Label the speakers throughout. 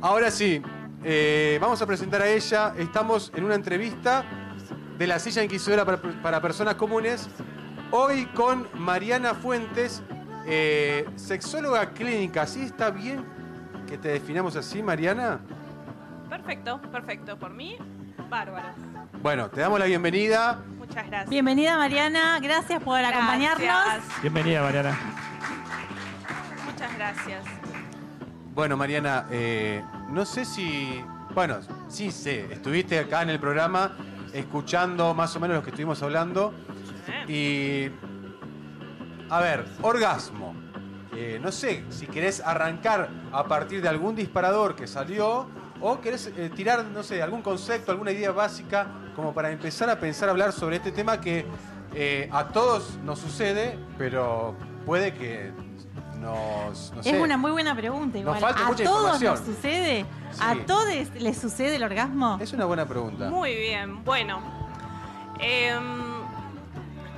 Speaker 1: Ahora sí, eh, vamos a presentar a ella. Estamos en una entrevista de la silla inquisidora para, para personas comunes. Hoy con Mariana Fuentes, eh, sexóloga clínica. ¿Sí está bien que te definamos así, Mariana?
Speaker 2: Perfecto, perfecto. Por mí, bárbaro.
Speaker 1: Bueno, te damos la bienvenida.
Speaker 2: Muchas gracias.
Speaker 3: Bienvenida Mariana, gracias por
Speaker 2: Gracias.
Speaker 3: acompañarnos.
Speaker 4: Bienvenida, Mariana.
Speaker 2: Muchas gracias.
Speaker 1: Bueno, Mariana, eh, no sé si. Bueno, sí sé, estuviste acá en el programa escuchando más o menos lo que estuvimos hablando.
Speaker 2: Eh,
Speaker 1: Y. A ver, orgasmo. Eh, no sé si querés arrancar a partir de algún disparador que salió o querés eh, tirar, no sé, algún concepto, alguna idea básica como para empezar a pensar, a hablar sobre este tema que eh, a todos nos sucede, pero puede que nos. No sé.
Speaker 3: Es una muy buena pregunta. Igual.
Speaker 1: falta
Speaker 3: ¿A
Speaker 1: mucha
Speaker 3: todos nos
Speaker 1: información.
Speaker 3: sucede?
Speaker 1: Sí.
Speaker 3: ¿A todos les sucede el orgasmo?
Speaker 1: Es una buena pregunta.
Speaker 2: Muy bien, bueno. em,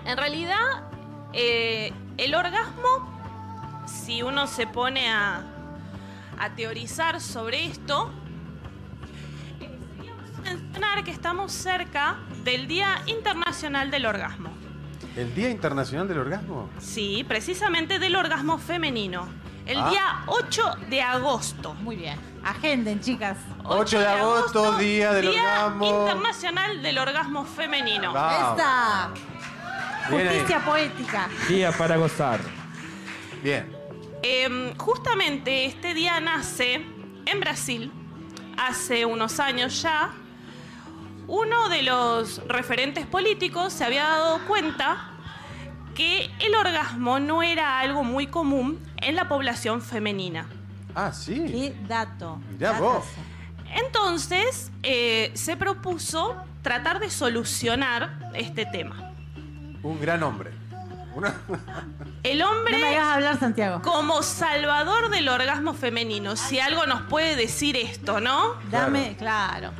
Speaker 2: en realidad, eh, el orgasmo, si uno se pone a, a teorizar sobre esto, eh, sería bueno mencionar que estamos cerca del Día Internacional del Orgasmo.
Speaker 1: ¿El Día Internacional del Orgasmo?
Speaker 2: Sí, precisamente del orgasmo femenino. El
Speaker 1: Ah.
Speaker 2: día 8 de agosto.
Speaker 3: Muy bien. Agenden, chicas.
Speaker 1: 8 de agosto, día del orgasmo.
Speaker 2: Internacional del Orgasmo Femenino.
Speaker 1: Vamos.
Speaker 3: ¡Esa!
Speaker 1: Bien ahí.
Speaker 3: Justicia poética.
Speaker 4: Día para gozar.
Speaker 1: Bien.
Speaker 2: Eh, justamente este día nace en Brasil, hace unos años ya. Uno de los referentes políticos se había dado cuenta que el orgasmo no era algo muy común en la población femenina.
Speaker 1: Ah, sí.
Speaker 3: Qué dato.
Speaker 1: Mirá
Speaker 3: Datazo.
Speaker 1: vos.
Speaker 2: Entonces eh, se propuso tratar de solucionar este tema.
Speaker 1: Un gran hombre. Una-
Speaker 2: El
Speaker 3: No
Speaker 2: hombre
Speaker 3: me hagas hablar, Santiago.
Speaker 2: como salvador del orgasmo femenino, si algo nos puede decir esto, ¿no?
Speaker 3: Dame, claro.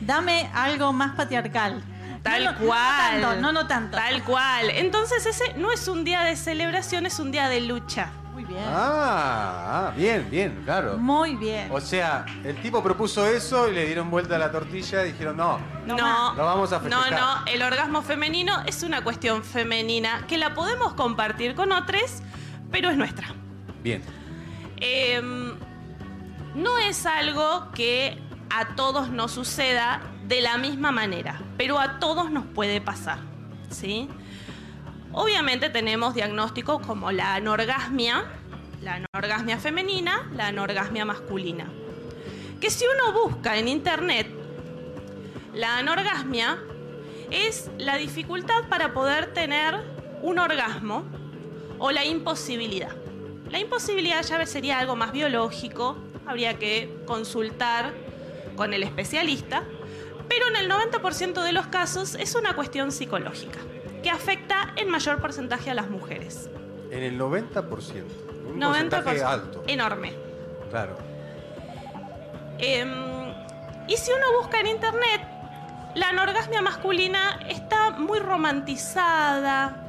Speaker 3: Dame algo más patriarcal.
Speaker 2: Tal
Speaker 3: No, no,
Speaker 2: cual.
Speaker 3: No, tanto, no, no tanto.
Speaker 2: Tal cual. Entonces ese no es un día de celebración, es un día de lucha.
Speaker 3: Muy bien.
Speaker 1: Ah, ah, bien, bien, claro.
Speaker 3: Muy bien.
Speaker 1: O sea, el tipo propuso eso y le dieron vuelta a la tortilla y dijeron, no,
Speaker 2: No,
Speaker 3: más.
Speaker 1: Lo vamos a festejar.
Speaker 2: No, no, el orgasmo femenino es una cuestión femenina que la podemos compartir con otros, pero es nuestra.
Speaker 1: bien.
Speaker 2: Eh, no es algo que a todos nos suceda de la misma manera, pero a todos nos puede pasar, ¿sí? Obviamente tenemos diagnósticos como la anorgasmia, la anorgasmia femenina, la anorgasmia masculina. Que si uno busca en internet, la anorgasmia es la dificultad para poder tener un orgasmo o la imposibilidad. La imposibilidad ya sería algo más biológico, habría que consultar con el especialista, pero en el 90% de los casos es una cuestión psicológica, que afecta en mayor porcentaje a las mujeres.
Speaker 1: En el 90%. Un
Speaker 2: 90%
Speaker 1: porcentaje alto.
Speaker 2: Enorme.
Speaker 1: Claro.
Speaker 2: Eh, y si uno busca en internet, la anorgasmia masculina está muy romantizada.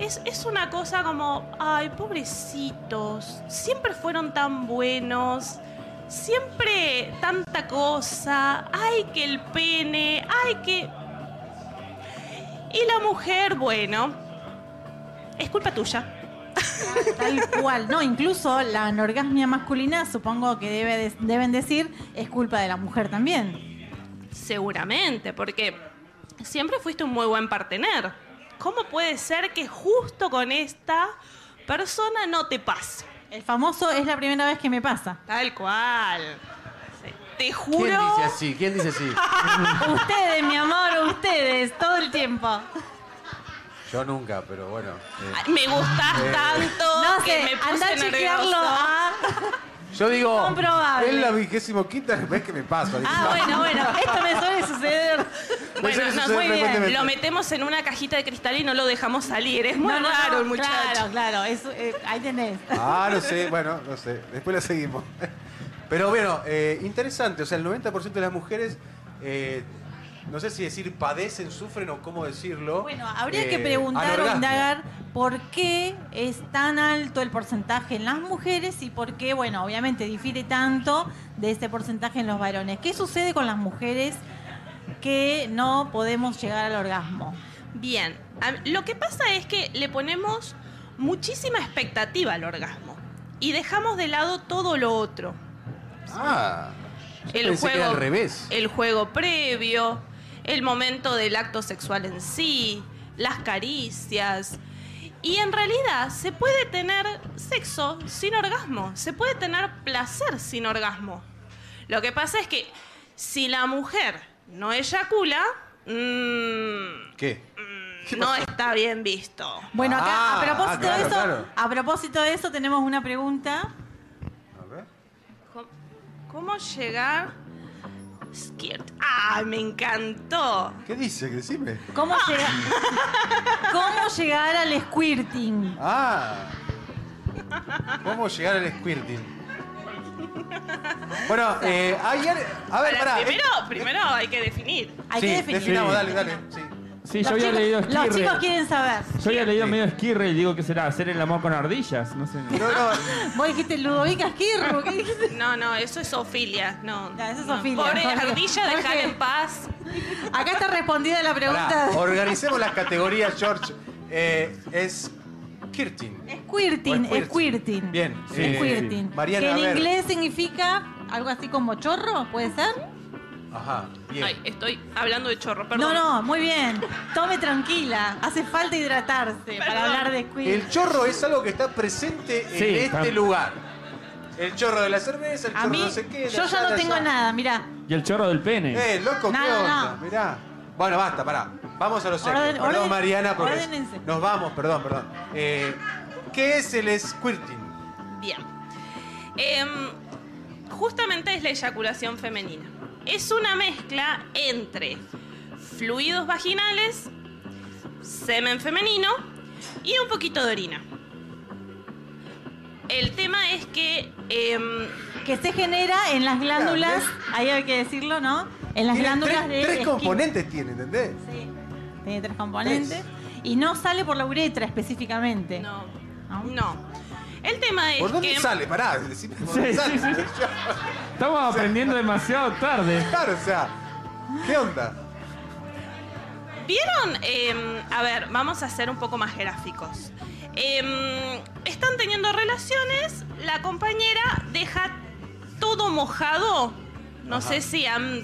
Speaker 2: Es, es una cosa como, ay, pobrecitos, siempre fueron tan buenos, siempre tanta cosa, ay, que el pene, ay, que... Y la mujer, bueno, es culpa tuya.
Speaker 3: Tal cual. No, incluso la anorgasmia masculina, supongo que debe de- deben decir, es culpa de la mujer también.
Speaker 2: Seguramente, porque siempre fuiste un muy buen partener. ¿Cómo puede ser que justo con esta persona no te pase?
Speaker 3: El famoso es la primera vez que me pasa.
Speaker 2: Tal cual. Sí. Te
Speaker 1: ¿Quién
Speaker 2: juro.
Speaker 1: dice así? ¿Quién dice así?
Speaker 3: Ustedes, mi amor, ustedes, todo el tiempo.
Speaker 1: Yo nunca, pero bueno. eh.
Speaker 2: Ay, Me gustas
Speaker 1: Eh.
Speaker 2: tanto
Speaker 3: No
Speaker 2: que
Speaker 3: sé,
Speaker 2: me
Speaker 3: anda
Speaker 2: puse
Speaker 3: a chequearlo.
Speaker 2: nerviosa.
Speaker 3: Ah,
Speaker 1: Yo digo,
Speaker 3: Comprobable.
Speaker 1: es la vigésimo quinta vez que me pasa.
Speaker 3: ah, bueno, bueno, esto me suele suceder.
Speaker 1: Pues
Speaker 2: Bueno,
Speaker 1: eso
Speaker 2: no,
Speaker 1: sucede
Speaker 2: muy
Speaker 1: frecuentemente.
Speaker 2: bien. Lo metemos en una cajita de cristal y no lo dejamos salir. Es muy
Speaker 3: No, no, no,
Speaker 2: raro el muchacho.
Speaker 3: Claro, claro, eso, eh, ahí tenés.
Speaker 1: Ah, no sé, bueno, no sé. Después la seguimos. Pero bueno, eh, interesante. O sea, el 90% de las mujeres, eh, no sé si decir padecen, sufren o cómo decirlo.
Speaker 3: Bueno, habría que
Speaker 1: eh,
Speaker 3: preguntar o
Speaker 1: anorgasmia.
Speaker 3: indagar por qué es tan alto el porcentaje en las mujeres y por qué, bueno, obviamente difiere tanto de ese porcentaje en los varones. ¿Qué sucede con las mujeres que no podemos llegar al orgasmo?
Speaker 2: Bien, A- lo que pasa es que le ponemos muchísima expectativa al orgasmo y dejamos de lado todo lo otro.
Speaker 1: Ah. yo pensé que era al revés.
Speaker 2: el juego previo, el momento del acto sexual en sí, las caricias. Y en realidad se puede tener sexo sin orgasmo, se puede tener placer sin orgasmo. Lo que pasa es que si la mujer no eyacula, mm,
Speaker 1: ¿Qué?
Speaker 2: no está bien visto.
Speaker 3: Bueno, acá,
Speaker 1: Ah,
Speaker 3: a, propósito
Speaker 1: ah,
Speaker 3: de
Speaker 1: claro,
Speaker 3: eso,
Speaker 1: claro.
Speaker 3: a propósito de eso, tenemos una pregunta.
Speaker 1: A ver.
Speaker 2: ¿Cómo- ¿Cómo llegar? Skirt. ¡Ah, me encantó!
Speaker 1: ¿Qué dice? Decime.
Speaker 3: ¿Cómo, llega- ¿Cómo llegar al squirting?
Speaker 1: Ah. ¿Cómo llegar al squirting? Bueno, eh, hay al- A ver,
Speaker 2: Para-
Speaker 1: pará. eh,
Speaker 2: primero, primero hay que definir.
Speaker 3: Hay
Speaker 1: sí,
Speaker 3: que definir.
Speaker 1: definamos,
Speaker 4: Sí.
Speaker 1: dale, dale. Sí.
Speaker 4: Sí,
Speaker 3: Los
Speaker 4: yo había
Speaker 3: chicos-
Speaker 4: leído
Speaker 3: los
Speaker 4: Esquirre.
Speaker 3: chicos quieren saber.
Speaker 4: Yo había leído
Speaker 1: Sí.
Speaker 4: medio Esquirre y digo que será hacer el amor con ardillas. No sé.
Speaker 1: No, no,
Speaker 3: Vos dijiste Ludovica Esquirro, ¿qué dijiste?
Speaker 2: No, no, eso es ofilia. No,
Speaker 3: Ya, eso es
Speaker 2: No,
Speaker 3: zoofilia,
Speaker 2: Pobre
Speaker 3: Jorge.
Speaker 2: ardilla,
Speaker 3: Jorge.
Speaker 2: dejar en paz.
Speaker 3: Acá está respondida la pregunta.
Speaker 1: pará, organicemos las categorías, George. Eh, es Kirtin.
Speaker 3: Squirting,
Speaker 1: O squirting.
Speaker 3: squirting.
Speaker 1: Bien,
Speaker 4: Sí,
Speaker 1: eh,
Speaker 3: Squirting.
Speaker 1: Mariana,
Speaker 3: que
Speaker 1: a
Speaker 3: en
Speaker 1: ver.
Speaker 3: inglés significa algo así como chorro, ¿puede ser?
Speaker 1: Ajá, bien.
Speaker 2: Ay, estoy hablando de chorro, perdón.
Speaker 3: No, no, muy bien. Tome tranquila. Hace falta hidratarse para hablar de squirting.
Speaker 1: El chorro es algo que está presente en
Speaker 4: Sí,
Speaker 1: este
Speaker 4: está-
Speaker 1: lugar. El chorro de la cerveza, el
Speaker 3: A
Speaker 1: chorro
Speaker 3: mí,
Speaker 1: no sé qué. la
Speaker 3: yo ya
Speaker 1: allá,
Speaker 3: no
Speaker 1: la
Speaker 3: tengo
Speaker 1: allá.
Speaker 3: nada, mirá.
Speaker 4: Y el chorro del pene.
Speaker 1: Eh, loco, ¿qué
Speaker 3: No,
Speaker 1: onda?
Speaker 3: no.
Speaker 1: Mirá. Bueno, basta, pará. Vamos a los
Speaker 3: Orden-
Speaker 1: hechos. Perdón,
Speaker 3: orden-
Speaker 1: Mariana, porque
Speaker 3: ordenense.
Speaker 1: nos vamos, perdón, perdón. Eh, ¿Qué es el squirting?
Speaker 2: Bien. Em, justamente es la eyaculación femenina. Es una mezcla entre fluidos vaginales, semen femenino y un poquito de orina. El tema es que em,
Speaker 3: Que se genera en las glándulas, ahí hay que decirlo, ¿no? En las
Speaker 1: Tiene
Speaker 3: glándulas
Speaker 1: tres,
Speaker 3: de.
Speaker 1: tres
Speaker 3: esquí.
Speaker 1: componentes tiene, ¿entendés?
Speaker 3: Sí. Tiene tres componentes. Y no sale por la uretra específicamente.
Speaker 2: no,
Speaker 3: ¿No?
Speaker 2: no. El tema es
Speaker 1: ¿Por dónde
Speaker 2: que
Speaker 1: sale? Pará, decime por dónde
Speaker 4: Sí,
Speaker 1: sale.
Speaker 4: sí, sí. Estamos aprendiendo demasiado tarde.
Speaker 1: Claro, o sea, ¿qué onda?
Speaker 2: ¿Vieron? Eh, a ver, vamos a ser un poco más gráficos. Eh, están teniendo relaciones, la compañera deja todo mojado. No
Speaker 1: Ajá.
Speaker 2: sé si han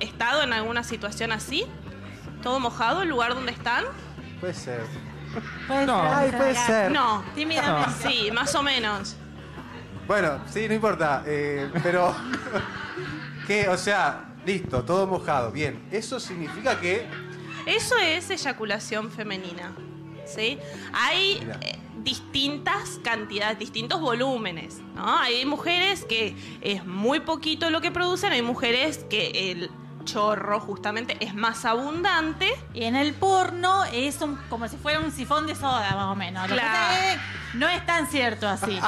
Speaker 2: estado en alguna situación así. Todo mojado, el lugar donde están.
Speaker 1: Puede ser.
Speaker 3: Puede
Speaker 4: No.
Speaker 3: ser.
Speaker 1: Ay, puede ser.
Speaker 2: No.
Speaker 3: Tímidamente.
Speaker 2: Sí, más o menos.
Speaker 1: Bueno, sí, no importa. eh, pero. que, o sea, listo, todo mojado. Bien. Eso significa que.
Speaker 2: Eso es eyaculación femenina. ¿Sí? Hay
Speaker 1: Mirá.
Speaker 2: eh, distintas cantidades, distintos volúmenes. ¿no? Hay mujeres que es muy poquito lo que producen, hay mujeres que el chorro justamente es más abundante.
Speaker 3: Y en el porno es un, como si fuera un sifón de soda, más o menos. Lo que
Speaker 2: Claro.
Speaker 3: pasa es que no es tan cierto así.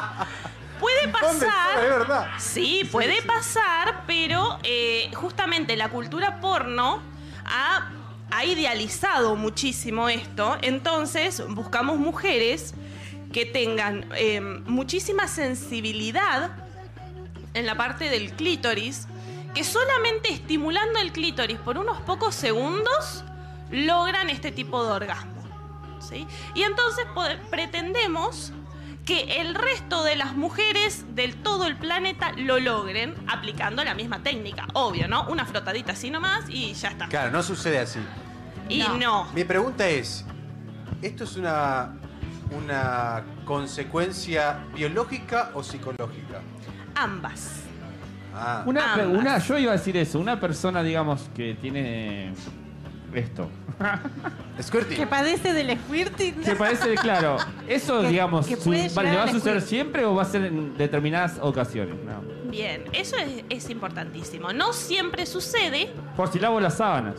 Speaker 2: Puede
Speaker 1: ¿Dónde está? Es
Speaker 2: pasar.
Speaker 1: verdad.
Speaker 2: Sí, puede pasar, pero eh, justamente la cultura porno ha, ha idealizado muchísimo esto. Entonces buscamos mujeres que tengan eh, muchísima sensibilidad en la parte del clítoris, que solamente estimulando el clítoris por unos pocos segundos logran este tipo de orgasmo. ¿sí? Y entonces pode- pretendemos que el resto de las mujeres del todo el planeta lo logren aplicando la misma técnica. Obvio, ¿no? Una frotadita así nomás y ya está.
Speaker 1: Claro, no sucede así.
Speaker 2: Y
Speaker 3: No.
Speaker 2: no.
Speaker 1: Mi pregunta es, ¿esto es una, una consecuencia biológica o psicológica?
Speaker 2: ambas.
Speaker 1: Ah,
Speaker 4: Una,
Speaker 2: Ambas.
Speaker 4: una, yo iba a decir eso. Una persona, digamos, que tiene esto.
Speaker 1: squirting.
Speaker 3: que padece del squirting.
Speaker 4: Que parece, claro, eso,
Speaker 3: Que-
Speaker 4: digamos,
Speaker 3: que
Speaker 4: su-
Speaker 3: puede
Speaker 4: vale,
Speaker 3: llegar
Speaker 4: ¿le va
Speaker 3: al
Speaker 4: a suceder
Speaker 3: descuido.
Speaker 4: siempre o va a ser en determinadas ocasiones? No.
Speaker 2: Bien, eso es, es importantísimo. No siempre sucede.
Speaker 4: Por si lavo las sábanas.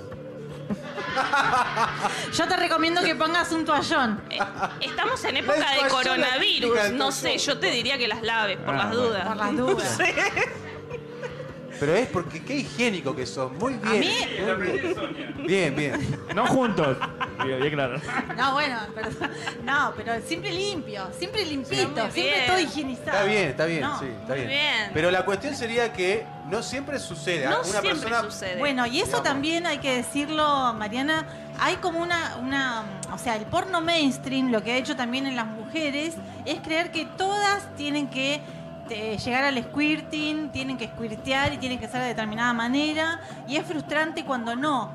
Speaker 3: Yo te recomiendo que pongas un toallón.
Speaker 2: Eh, Estamos en época de
Speaker 1: toallona típica
Speaker 2: coronavirus.
Speaker 1: del
Speaker 2: No sé,
Speaker 1: toallón.
Speaker 2: yo te diría que las laves por
Speaker 4: Ah,
Speaker 2: las
Speaker 4: bueno.
Speaker 2: dudas.
Speaker 3: Por las dudas.
Speaker 1: Pero es porque qué higiénico que son. Muy bien. muy bien. bien, bien.
Speaker 4: No juntos. Digo, bien claro.
Speaker 3: No, bueno, pero, no, pero siempre limpio, siempre limpito,
Speaker 2: Sí, muy
Speaker 3: siempre
Speaker 2: bien.
Speaker 3: todo higienizado.
Speaker 1: Está bien, está bien,
Speaker 3: No.
Speaker 1: sí, está
Speaker 2: muy
Speaker 1: bien.
Speaker 2: bien.
Speaker 1: Pero la cuestión sería que No siempre sucede.
Speaker 2: No
Speaker 1: Una
Speaker 2: siempre
Speaker 1: persona
Speaker 2: sucede.
Speaker 3: Bueno, y eso
Speaker 1: Digamos.
Speaker 3: también hay que decirlo, Mariana, hay como una, una, o sea, el porno mainstream, lo que ha hecho también en las mujeres, es creer que todas tienen que eh, llegar al squirting, tienen que squirtear y tienen que ser de determinada manera, y es frustrante cuando no.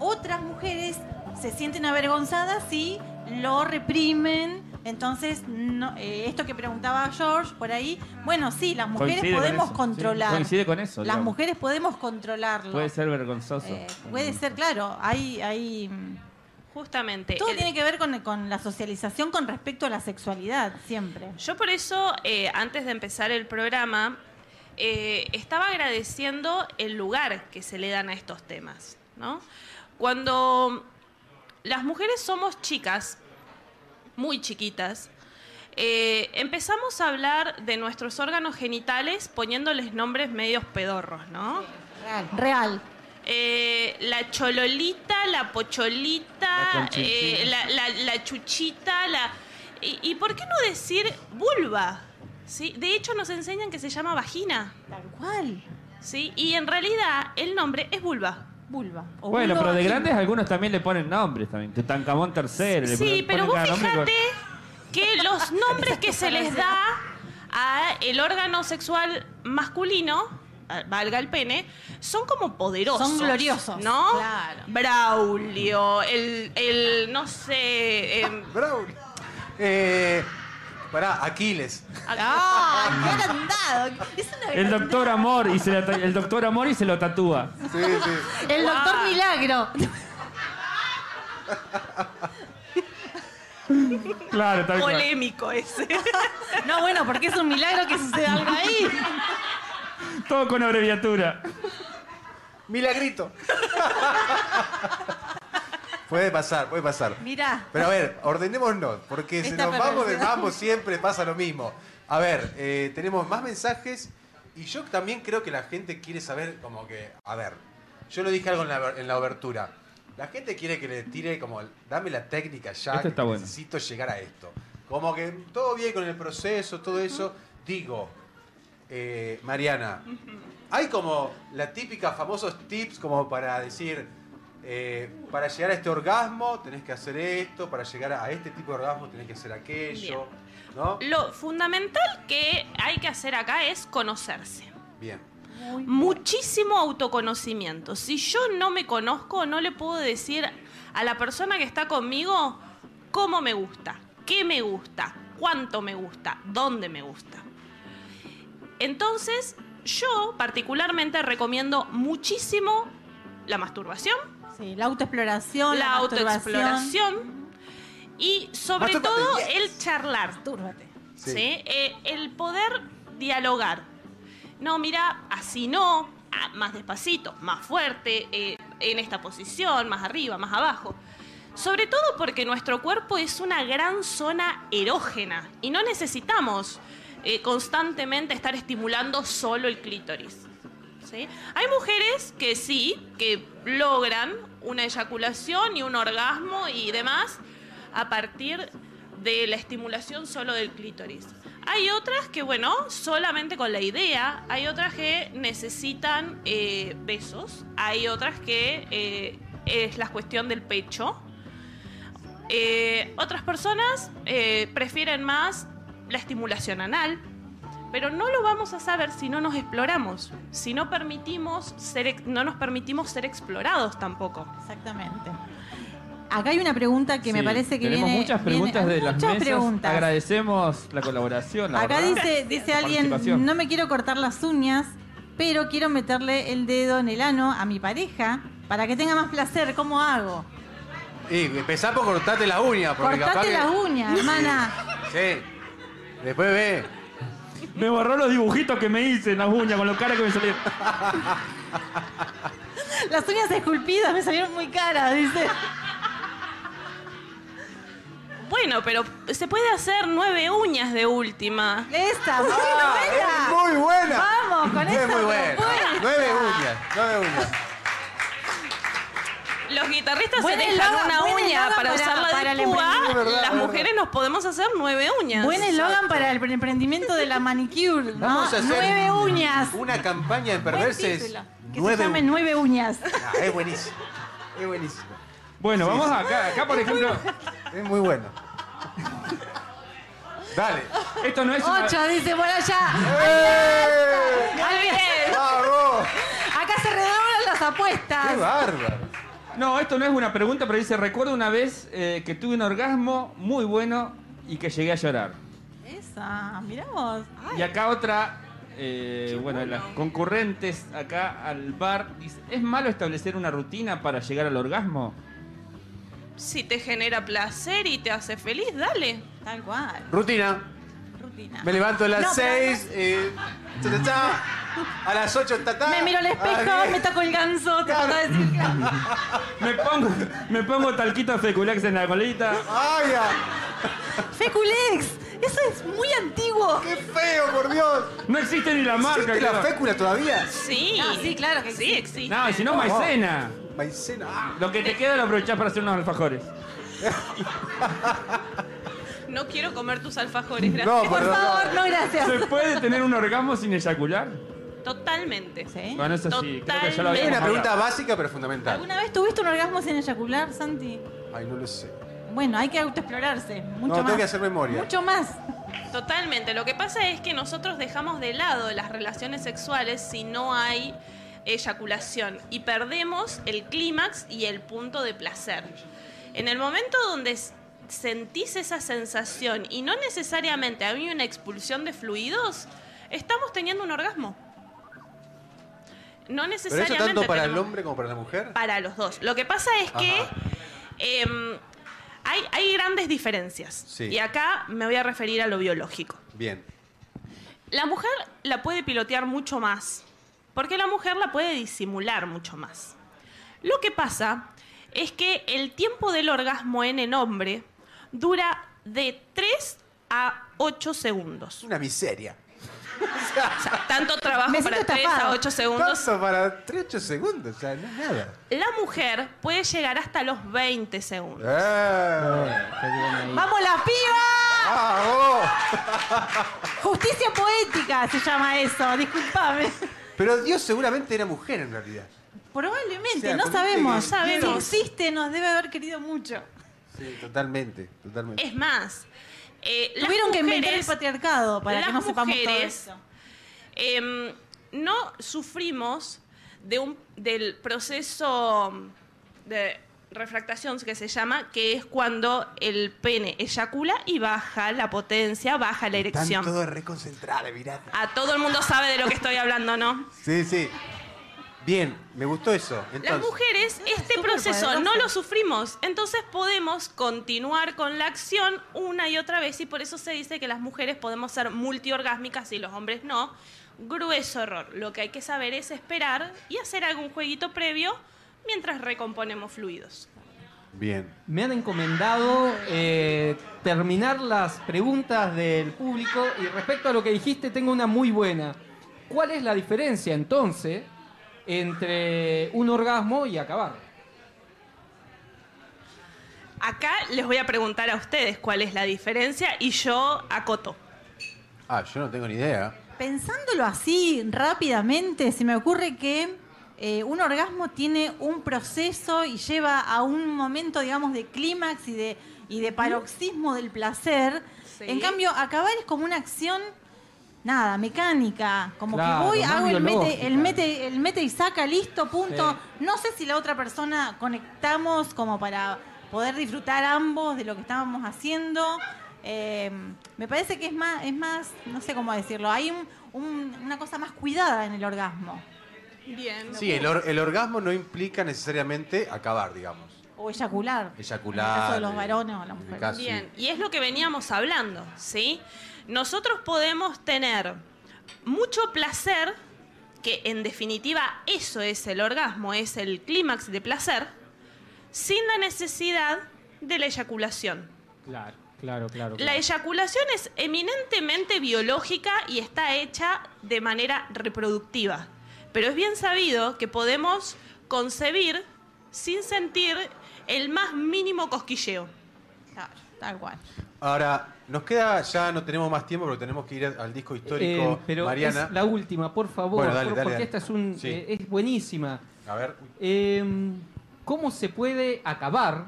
Speaker 3: Otras mujeres se sienten avergonzadas y lo reprimen. Entonces, no- eh, esto que preguntaba George por ahí, bueno, sí, las mujeres
Speaker 4: Coincide con
Speaker 3: podemos
Speaker 4: eso, sí.
Speaker 3: controlar.
Speaker 4: Coincide con eso.
Speaker 3: Las
Speaker 4: digamos.
Speaker 3: mujeres podemos controlarlo.
Speaker 4: Puede ser vergonzoso.
Speaker 3: Eh, puede ser, claro. Hay, hay...
Speaker 2: Justamente.
Speaker 3: Todo
Speaker 2: el-
Speaker 3: tiene que ver con, con la socialización con respecto a la sexualidad, siempre.
Speaker 2: Yo por eso, eh, antes de empezar el programa, eh, estaba agradeciendo el lugar que se le dan a estos temas, ¿no? Cuando las mujeres somos chicas, muy chiquitas, eh, empezamos a hablar de nuestros órganos genitales poniéndoles nombres medios pedorros, ¿no?
Speaker 3: Real. Real.
Speaker 2: Eh, la chololita, la
Speaker 4: La
Speaker 2: pocholita,
Speaker 4: conchinchina.
Speaker 2: eh, la, la- la chuchita, la... Y, y por qué no decir vulva? ¿Sí? De hecho nos enseñan que se llama vagina,
Speaker 3: Tal cual.
Speaker 2: ¿sí? Y en realidad el nombre es vulva.
Speaker 3: Vulva. O
Speaker 4: Bueno,
Speaker 3: vulva
Speaker 4: pero de
Speaker 3: vagina.
Speaker 4: grandes algunos también le ponen nombres también. Tutankamón tercero. le
Speaker 2: Sí,
Speaker 4: ponen-
Speaker 2: pero
Speaker 4: ponen
Speaker 2: vos
Speaker 4: cada nombre con-
Speaker 2: fíjate que los nombres que se les da a el órgano sexual masculino, a- valga el pene, son como poderosos.
Speaker 3: Son gloriosos,
Speaker 2: ¿No?
Speaker 3: claro.
Speaker 2: Braulio, el, el no sé... em,
Speaker 1: Bravo. Eh, pará, Aquiles.
Speaker 3: ¡Ah! ¡Qué agrandado! Es una
Speaker 4: El doctor Amor y se la ta- el doctor Amor y se lo tatúa.
Speaker 1: Sí, sí.
Speaker 3: El doctor
Speaker 2: Guau.
Speaker 3: Milagro.
Speaker 4: Claro, tal cual.
Speaker 2: polémico ese.
Speaker 3: No, bueno, porque es un milagro que suceda algo ahí.
Speaker 4: Todo con abreviatura.
Speaker 1: Milagrito. puede pasar, puede pasar.
Speaker 3: Mirá.
Speaker 1: Pero a ver, ordenémonos, porque si
Speaker 3: Esta
Speaker 1: nos vamos del
Speaker 3: perversidad.
Speaker 1: mambo siempre pasa lo mismo. A ver, eh, tenemos más mensajes y yo también creo que la gente quiere saber, como que, a ver, yo lo dije algo en la, en la obertura. La gente quiere que le tire como, dame la técnica ya,
Speaker 4: Esto
Speaker 1: que
Speaker 4: Este está bueno.
Speaker 1: necesito llegar a esto. Como que todo bien con el proceso, todo eso. Digo, eh, Mariana, hay como la típica famosos tips como para decir, eh, para llegar a este orgasmo tenés que hacer esto, para llegar a este tipo de orgasmo tenés que hacer aquello, ¿no?
Speaker 2: Lo fundamental que hay que hacer acá es conocerse.
Speaker 1: Bien.
Speaker 2: muchísimo autoconocimiento. Si yo no me conozco, no le puedo decir a la persona que está conmigo cómo me gusta, qué me gusta, cuánto me gusta, dónde me gusta. Entonces, yo particularmente recomiendo muchísimo la masturbación,
Speaker 3: Sí, la autoexploración, Oh, la,
Speaker 2: la
Speaker 3: masturbación.
Speaker 2: autoexploración y sobre
Speaker 1: Mastúrbate,
Speaker 2: todo
Speaker 1: yes.
Speaker 2: el charlar.
Speaker 3: Mastúrbate.
Speaker 1: Sí.
Speaker 2: ¿sí? Eh, el poder dialogar. No, mira, así no, ah, más despacito, más fuerte, eh, en esta posición, más arriba, más abajo. Sobre todo porque nuestro cuerpo es una gran zona erógena y no necesitamos eh, constantemente estar estimulando solo el clítoris. ¿sí? Hay mujeres que sí, que logran una eyaculación y un orgasmo y demás a partir de la estimulación solo del clítoris. Hay otras que, bueno, solamente con la idea, hay otras que necesitan eh, besos, hay otras que eh, es la cuestión del pecho, eh, otras personas eh, prefieren más la estimulación anal, pero no lo vamos a saber si no nos exploramos, si no, permitimos ser, ex- no nos permitimos ser explorados tampoco.
Speaker 3: Exactamente. Acá hay una pregunta que me
Speaker 4: Sí,
Speaker 3: parece que
Speaker 4: tenemos
Speaker 3: viene.
Speaker 4: muchas
Speaker 3: viene-
Speaker 4: preguntas de las
Speaker 3: muchas
Speaker 4: mesas.
Speaker 3: preguntas.
Speaker 4: Agradecemos la colaboración. la
Speaker 3: Acá
Speaker 4: verdad.
Speaker 3: dice, dice alguien,
Speaker 4: participación.
Speaker 3: no me quiero cortar las uñas, pero quiero meterle el dedo en el ano a mi pareja para que tenga más placer. ¿Cómo hago?
Speaker 1: Y empezá por cortarte la uña, porque capaz
Speaker 3: Cortate
Speaker 1: que-
Speaker 3: las uñas, hermana.
Speaker 1: Sí. Después ve.
Speaker 4: Me borró los dibujitos que me hice en las uñas con los caras que me salieron.
Speaker 3: Las uñas esculpidas me salieron muy caras, dice.
Speaker 2: Bueno, pero se puede hacer nueve uñas de última.
Speaker 3: Esta, muy
Speaker 1: Ah, es
Speaker 3: novela.
Speaker 1: muy buena.
Speaker 3: Vamos, con
Speaker 1: es
Speaker 3: esa
Speaker 1: muy buena.
Speaker 3: propuesta.
Speaker 1: Nueve uñas, nueve uñas.
Speaker 2: los guitarristas
Speaker 3: Buena
Speaker 2: se dejan
Speaker 3: eslogan,
Speaker 2: una
Speaker 3: buen
Speaker 2: uña
Speaker 3: eslogan
Speaker 2: para,
Speaker 3: para-
Speaker 2: usarla
Speaker 3: para el
Speaker 2: de púa,
Speaker 3: emprendimiento.
Speaker 1: Verdad,
Speaker 2: las
Speaker 1: verdad.
Speaker 2: mujeres nos podemos hacer nueve uñas.
Speaker 3: Buen eslogan para el emprendimiento de la manicure, ¿no?
Speaker 1: Vamos a hacer
Speaker 3: Nueve uñas.
Speaker 1: Una campaña de
Speaker 3: Buen
Speaker 1: perverses.
Speaker 3: título. Que
Speaker 1: Nueve
Speaker 3: se llame
Speaker 1: uñas.
Speaker 3: nueve uñas.
Speaker 1: Ah, es buenísimo. Es buenísimo.
Speaker 4: Bueno, vamos acá. Acá, por ejemplo,
Speaker 1: Es muy bueno. Dale.
Speaker 4: esto no es una-
Speaker 3: Ocho, dice, bueno, ya.
Speaker 1: ¡Eh!
Speaker 3: Acá
Speaker 1: ¡Bravo!
Speaker 3: se redoblan las
Speaker 1: ¡Qué
Speaker 3: apuestas.
Speaker 1: bárbaro!
Speaker 4: No, esto no es una pregunta, pero dice, recuerdo una vez eh, que tuve un orgasmo muy bueno y que llegué a llorar.
Speaker 3: Esa, mirá vos.
Speaker 4: Y acá otra, eh, bueno, de las concurrentes acá al bar, dice, ¿es malo establecer una rutina para llegar al orgasmo?
Speaker 2: Si te genera placer y te hace feliz, dale.
Speaker 3: Tal cual.
Speaker 1: Rutina.
Speaker 3: Rutina.
Speaker 1: Me levanto a
Speaker 3: No,
Speaker 1: las eh,
Speaker 3: pero
Speaker 1: 6. a las 8.
Speaker 3: Me miro al espejo, me toco el ganso, te
Speaker 1: Ah, Claro.
Speaker 3: puedo decir que-
Speaker 4: Me pongo, me pongo talquito feculex en la colita.
Speaker 1: ¡Ay, ah,
Speaker 3: Feculex, eso es muy antiguo.
Speaker 1: ¡Qué feo, por Dios!
Speaker 4: No existe ni la marca.
Speaker 1: ¿Existe la
Speaker 4: claro.
Speaker 1: fécula todavía?
Speaker 2: Sí.
Speaker 3: No, Ah, sí, claro que
Speaker 2: sí.
Speaker 3: existe.
Speaker 2: existe.
Speaker 4: No, y si no, maicena.
Speaker 1: Maicena. Ah,
Speaker 4: Lo que te queda lo aprovechás para hacer unos alfajores.
Speaker 2: No quiero comer tus alfajores,
Speaker 1: No,
Speaker 2: gracias.
Speaker 3: Por
Speaker 1: perdón.
Speaker 3: favor, no, gracias.
Speaker 4: ¿Se puede tener un orgasmo sin eyacular?
Speaker 2: Totalmente.
Speaker 1: ¿Eh?
Speaker 3: ¿Sí?
Speaker 4: Bueno, eso sí, creo que ya lo
Speaker 1: Es
Speaker 4: habíamos
Speaker 2: Totalmente.
Speaker 1: una pregunta
Speaker 4: hablado.
Speaker 1: básica pero fundamental.
Speaker 3: ¿Alguna vez tuviste un orgasmo sin eyacular, Santi?
Speaker 1: Ay, no lo sé.
Speaker 3: Bueno, hay que autoexplorarse. Mucho
Speaker 1: No,
Speaker 3: más.
Speaker 1: tengo que hacer memoria.
Speaker 3: Mucho más.
Speaker 2: Totalmente. Lo que pasa es que nosotros dejamos de lado las relaciones sexuales si no hay eyaculación y perdemos el clímax y el punto de placer. En el momento donde s- sentís esa sensación y no necesariamente hay una expulsión de fluidos, estamos teniendo un orgasmo. No
Speaker 1: Pero
Speaker 2: necesariamente
Speaker 1: eso tanto para el
Speaker 2: tenemos-
Speaker 1: hombre como para la mujer.
Speaker 2: para los dos. Lo que pasa es que
Speaker 1: Ajá.
Speaker 2: em, hay, hay grandes diferencias.
Speaker 1: Sí.
Speaker 2: Y acá me voy a referir a lo biológico.
Speaker 1: Bien.
Speaker 2: La mujer la puede pilotear mucho más, porque la mujer la puede disimular mucho más. Lo que pasa es que el tiempo del orgasmo en el hombre dura de 3 a 8
Speaker 1: Es
Speaker 2: segundos.
Speaker 1: una miseria.
Speaker 2: O sea, tanto trabajo
Speaker 3: Me
Speaker 2: para
Speaker 3: siento
Speaker 2: 3 a
Speaker 3: estafada.
Speaker 2: 8 segundos.
Speaker 1: Paso para 3, 8 segundos. O sea, no es nada.
Speaker 2: La mujer puede llegar hasta los 20 segundos.
Speaker 1: ¡Eh!
Speaker 3: ¡Vamos las pibas!
Speaker 1: ¡Bravo!
Speaker 3: Justicia poética se llama eso, disculpame.
Speaker 1: Pero Dios seguramente era mujer en realidad.
Speaker 3: Probablemente,
Speaker 1: O sea,
Speaker 3: no
Speaker 1: con este
Speaker 3: sabemos.
Speaker 1: que-
Speaker 2: Sabemos.
Speaker 3: Si existe, nos debe haber querido mucho.
Speaker 1: Sí, totalmente, totalmente.
Speaker 2: Es más, eh, las
Speaker 3: Tuvieron que inventar el
Speaker 2: mujeres,
Speaker 3: patriarcado para que
Speaker 2: las
Speaker 3: no sepamos todo
Speaker 2: mujeres
Speaker 3: eso.
Speaker 2: em, no sufrimos de un, del proceso mm, de refractación que se llama, que es cuando el pene eyacula y baja la potencia, baja la
Speaker 1: Están
Speaker 2: erección.
Speaker 1: todos reconcentrados, mirá.
Speaker 2: A todo el mundo sabe de lo que estoy hablando, ¿no?
Speaker 1: Sí, sí. Bien, me gustó eso.
Speaker 2: Las
Speaker 1: Entonces,
Speaker 2: mujeres este
Speaker 3: Súper
Speaker 2: proceso no
Speaker 3: poderoso.
Speaker 2: lo sufrimos, entonces podemos continuar con la acción una y otra vez y por eso se dice que las mujeres podemos ser multiorgásmicas y los hombres no. Grueso error. Lo que hay que saber es esperar y hacer algún jueguito previo mientras recomponemos fluidos.
Speaker 1: Bien.
Speaker 5: Me han encomendado eh, terminar las preguntas del público y respecto a lo que dijiste tengo una muy buena. ¿Cuál es la diferencia entonces entre un orgasmo y acabar?
Speaker 2: Acá les voy a preguntar a ustedes cuál es la diferencia y yo acoto.
Speaker 1: Ah, yo no tengo ni idea.
Speaker 3: Pensándolo así rápidamente, se me ocurre que eh, un orgasmo tiene un proceso y lleva a un momento, digamos, de clímax y de, y de paroxismo del placer.
Speaker 2: Sí.
Speaker 3: En cambio, acabar es como una acción, nada, mecánica. Como
Speaker 5: Claro,
Speaker 3: que voy,
Speaker 5: más
Speaker 3: hago el mete,
Speaker 5: biológica.
Speaker 3: el, mete, el mete y saca, listo, punto.
Speaker 5: Sí.
Speaker 3: No sé si la otra persona conectamos como para poder disfrutar ambos de lo que estábamos haciendo. Eh, me parece que es más, es más, no sé cómo decirlo, hay un- un- una cosa más cuidada en el orgasmo.
Speaker 2: Bien.
Speaker 1: Sí, el, or- el orgasmo no implica necesariamente acabar, digamos.
Speaker 3: O eyacular.
Speaker 1: Eyacular,
Speaker 3: En el caso de los
Speaker 1: eh,
Speaker 3: varones o
Speaker 1: en
Speaker 3: las
Speaker 1: el
Speaker 3: mujeres.
Speaker 1: caso-
Speaker 2: Bien, y es lo que veníamos hablando, ¿sí? Nosotros podemos tener mucho placer, que en definitiva eso es el orgasmo, es el clímax de placer, sin la necesidad de la eyaculación.
Speaker 5: Claro, claro, claro.
Speaker 2: La eyaculación es eminentemente biológica y está hecha de manera reproductiva. Pero es bien sabido que podemos concebir sin sentir el más mínimo cosquilleo.
Speaker 3: Claro, tal cual.
Speaker 1: Ahora, nos queda, ya no tenemos más tiempo porque tenemos que ir al disco histórico,
Speaker 5: Eh, pero
Speaker 1: Mariana.
Speaker 5: es la última, por favor,
Speaker 1: Bueno, dale,
Speaker 5: por-
Speaker 1: dale,
Speaker 5: porque
Speaker 1: dale.
Speaker 5: esta es, un,
Speaker 1: Sí.
Speaker 5: eh, es buenísima.
Speaker 1: A ver, uy,
Speaker 5: Eh, ¿Cómo se puede acabar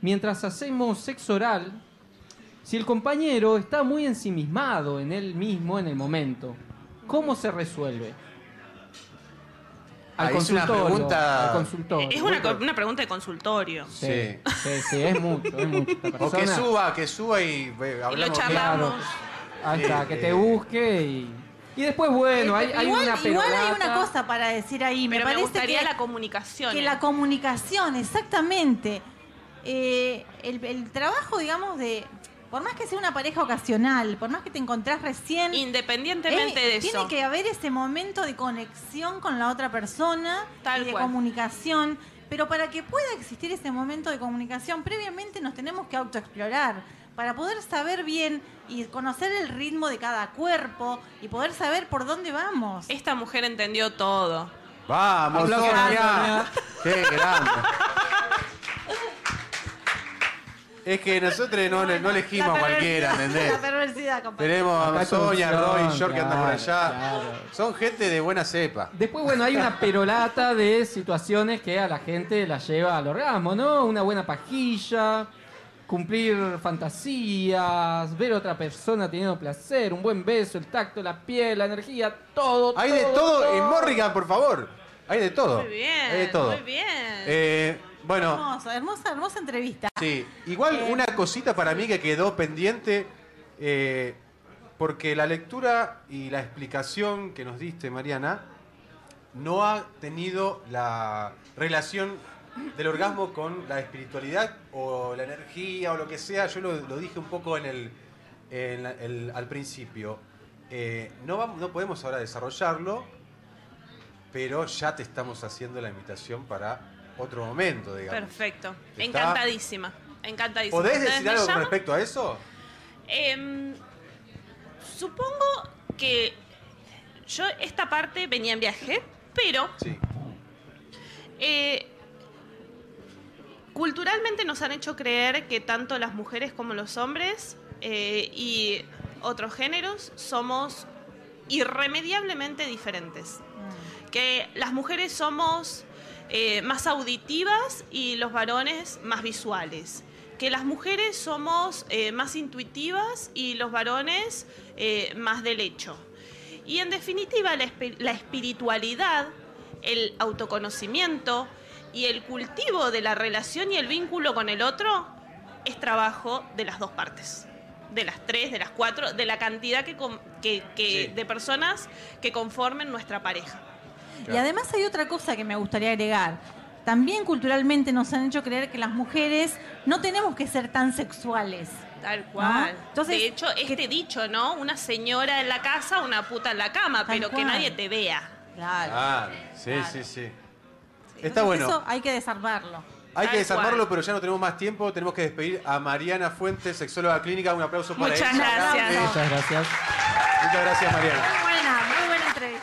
Speaker 5: mientras hacemos sexo oral si el compañero está muy ensimismado en él mismo en el momento? ¿Cómo se resuelve?
Speaker 1: Ah, es una pregunta-
Speaker 5: al consultorio.
Speaker 2: Es una, co- una pregunta de consultorio.
Speaker 5: Sí, sí, sí, es mucho, es mucho. Esta
Speaker 1: o que
Speaker 5: persona-
Speaker 1: suba, que suba y eh, hablamos. de-
Speaker 2: charlamos.
Speaker 5: Ahí está, que
Speaker 1: Eh,
Speaker 5: te busque y. Y después, bueno, hay, hay
Speaker 3: Eh, igual,
Speaker 5: una
Speaker 3: igual hay
Speaker 5: perorata.
Speaker 3: una cosa para decir ahí.
Speaker 2: Pero
Speaker 3: me
Speaker 2: me,
Speaker 3: parece
Speaker 2: gustaría
Speaker 3: que,
Speaker 2: la comunicación.
Speaker 3: que
Speaker 2: ¿eh?
Speaker 3: la comunicación, exactamente. Eh, el, el trabajo, digamos, de. Por más que sea una pareja ocasional, por más que te encontrás recién.
Speaker 2: Independientemente
Speaker 3: eh,
Speaker 2: de
Speaker 3: tiene
Speaker 2: eso.
Speaker 3: que haber ese momento de conexión con la otra persona
Speaker 2: Tal
Speaker 3: y de
Speaker 2: cual.
Speaker 3: comunicación. Pero para que pueda existir ese momento de comunicación, previamente nos tenemos que autoexplorar. Para poder saber bien y conocer el ritmo de cada cuerpo y poder saber por dónde vamos.
Speaker 2: Esta mujer entendió todo.
Speaker 1: Vamos,
Speaker 5: Aplausos,
Speaker 1: Sonia.
Speaker 5: Sonia.
Speaker 1: Qué grande. Es que nosotros no, no elegimos a
Speaker 3: La
Speaker 1: cualquiera,
Speaker 3: perversidad,
Speaker 1: ¿entendés?
Speaker 3: La perversidad, compañero.
Speaker 1: Tenemos a
Speaker 5: Acá
Speaker 1: Sonia,
Speaker 5: todos
Speaker 1: Roy,
Speaker 5: son,
Speaker 1: George que andan por allá.
Speaker 5: claro, claro.
Speaker 1: Son gente de buena cepa.
Speaker 5: Después, bueno, hay una perolata de situaciones que a la gente la lleva al orgasmo, ¿no? Una buena pajilla, cumplir fantasías, ver a otra persona teniendo placer, un buen beso, el tacto, la piel, la energía, todo.
Speaker 1: Hay de todo en Morrigan, por favor. Hay de todo.
Speaker 2: Muy bien.
Speaker 1: Hay de todo.
Speaker 2: Muy bien.
Speaker 1: Eh, bueno,
Speaker 3: Hermoso, hermosa, hermosa entrevista.
Speaker 1: sí. Igual una cosita para mí que quedó pendiente, eh, porque la lectura y la explicación que nos diste, Mariana, no ha tenido la relación del orgasmo con la espiritualidad o la energía o lo que sea. Yo lo, lo dije un poco en el, en la- el- al principio. Eh, no, vamos, no podemos ahora desarrollarlo, pero ya te estamos haciendo la invitación para otro momento, digamos.
Speaker 2: Perfecto.
Speaker 1: Está-
Speaker 2: Encantadísima. Encantadísima.
Speaker 1: ¿Podés
Speaker 2: ¿Ustedes
Speaker 1: decir
Speaker 2: me
Speaker 1: algo con
Speaker 2: llaman?
Speaker 1: respecto a eso?
Speaker 2: Em, supongo que yo esta parte venía en viaje, pero
Speaker 1: Sí.
Speaker 2: eh, culturalmente nos han hecho creer que tanto las mujeres como los hombres eh, y otros géneros somos irremediablemente diferentes. Que las mujeres somos eh, más auditivas y los varones más visuales. Que las mujeres somos eh, más intuitivas y los varones eh, más del hecho. Y en definitiva, la, espi- la espiritualidad, el autoconocimiento y el cultivo de la relación y el vínculo con el otro es trabajo de las dos partes. De las tres, de las cuatro, de la cantidad que, com- que- que-
Speaker 1: Sí.
Speaker 2: de personas que conformen nuestra pareja.
Speaker 3: Y además hay otra cosa que me gustaría agregar. También culturalmente nos han hecho creer que las mujeres no tenemos que ser tan sexuales.
Speaker 2: Tal cual.
Speaker 3: ¿No? Ah, Entonces,
Speaker 2: de hecho, este dicho, ¿no? Una señora en la casa, una puta en la cama,
Speaker 3: Tal
Speaker 2: pero que
Speaker 3: cual.
Speaker 2: nadie te vea.
Speaker 3: Claro.
Speaker 1: Ah, sí,
Speaker 3: Claro.
Speaker 1: sí, sí.
Speaker 3: Entonces,
Speaker 1: Está bueno.
Speaker 3: Eso hay que desarmarlo.
Speaker 1: Hay que
Speaker 2: Tal
Speaker 1: desarmarlo,
Speaker 2: cual.
Speaker 1: pero ya no tenemos más tiempo. Tenemos que despedir a Mariana Fuentes, sexóloga clínica. Un aplauso para
Speaker 2: Muchas
Speaker 1: ella.
Speaker 2: gracias.
Speaker 1: Grande.
Speaker 5: Muchas gracias.
Speaker 1: Muchas gracias, Mariana.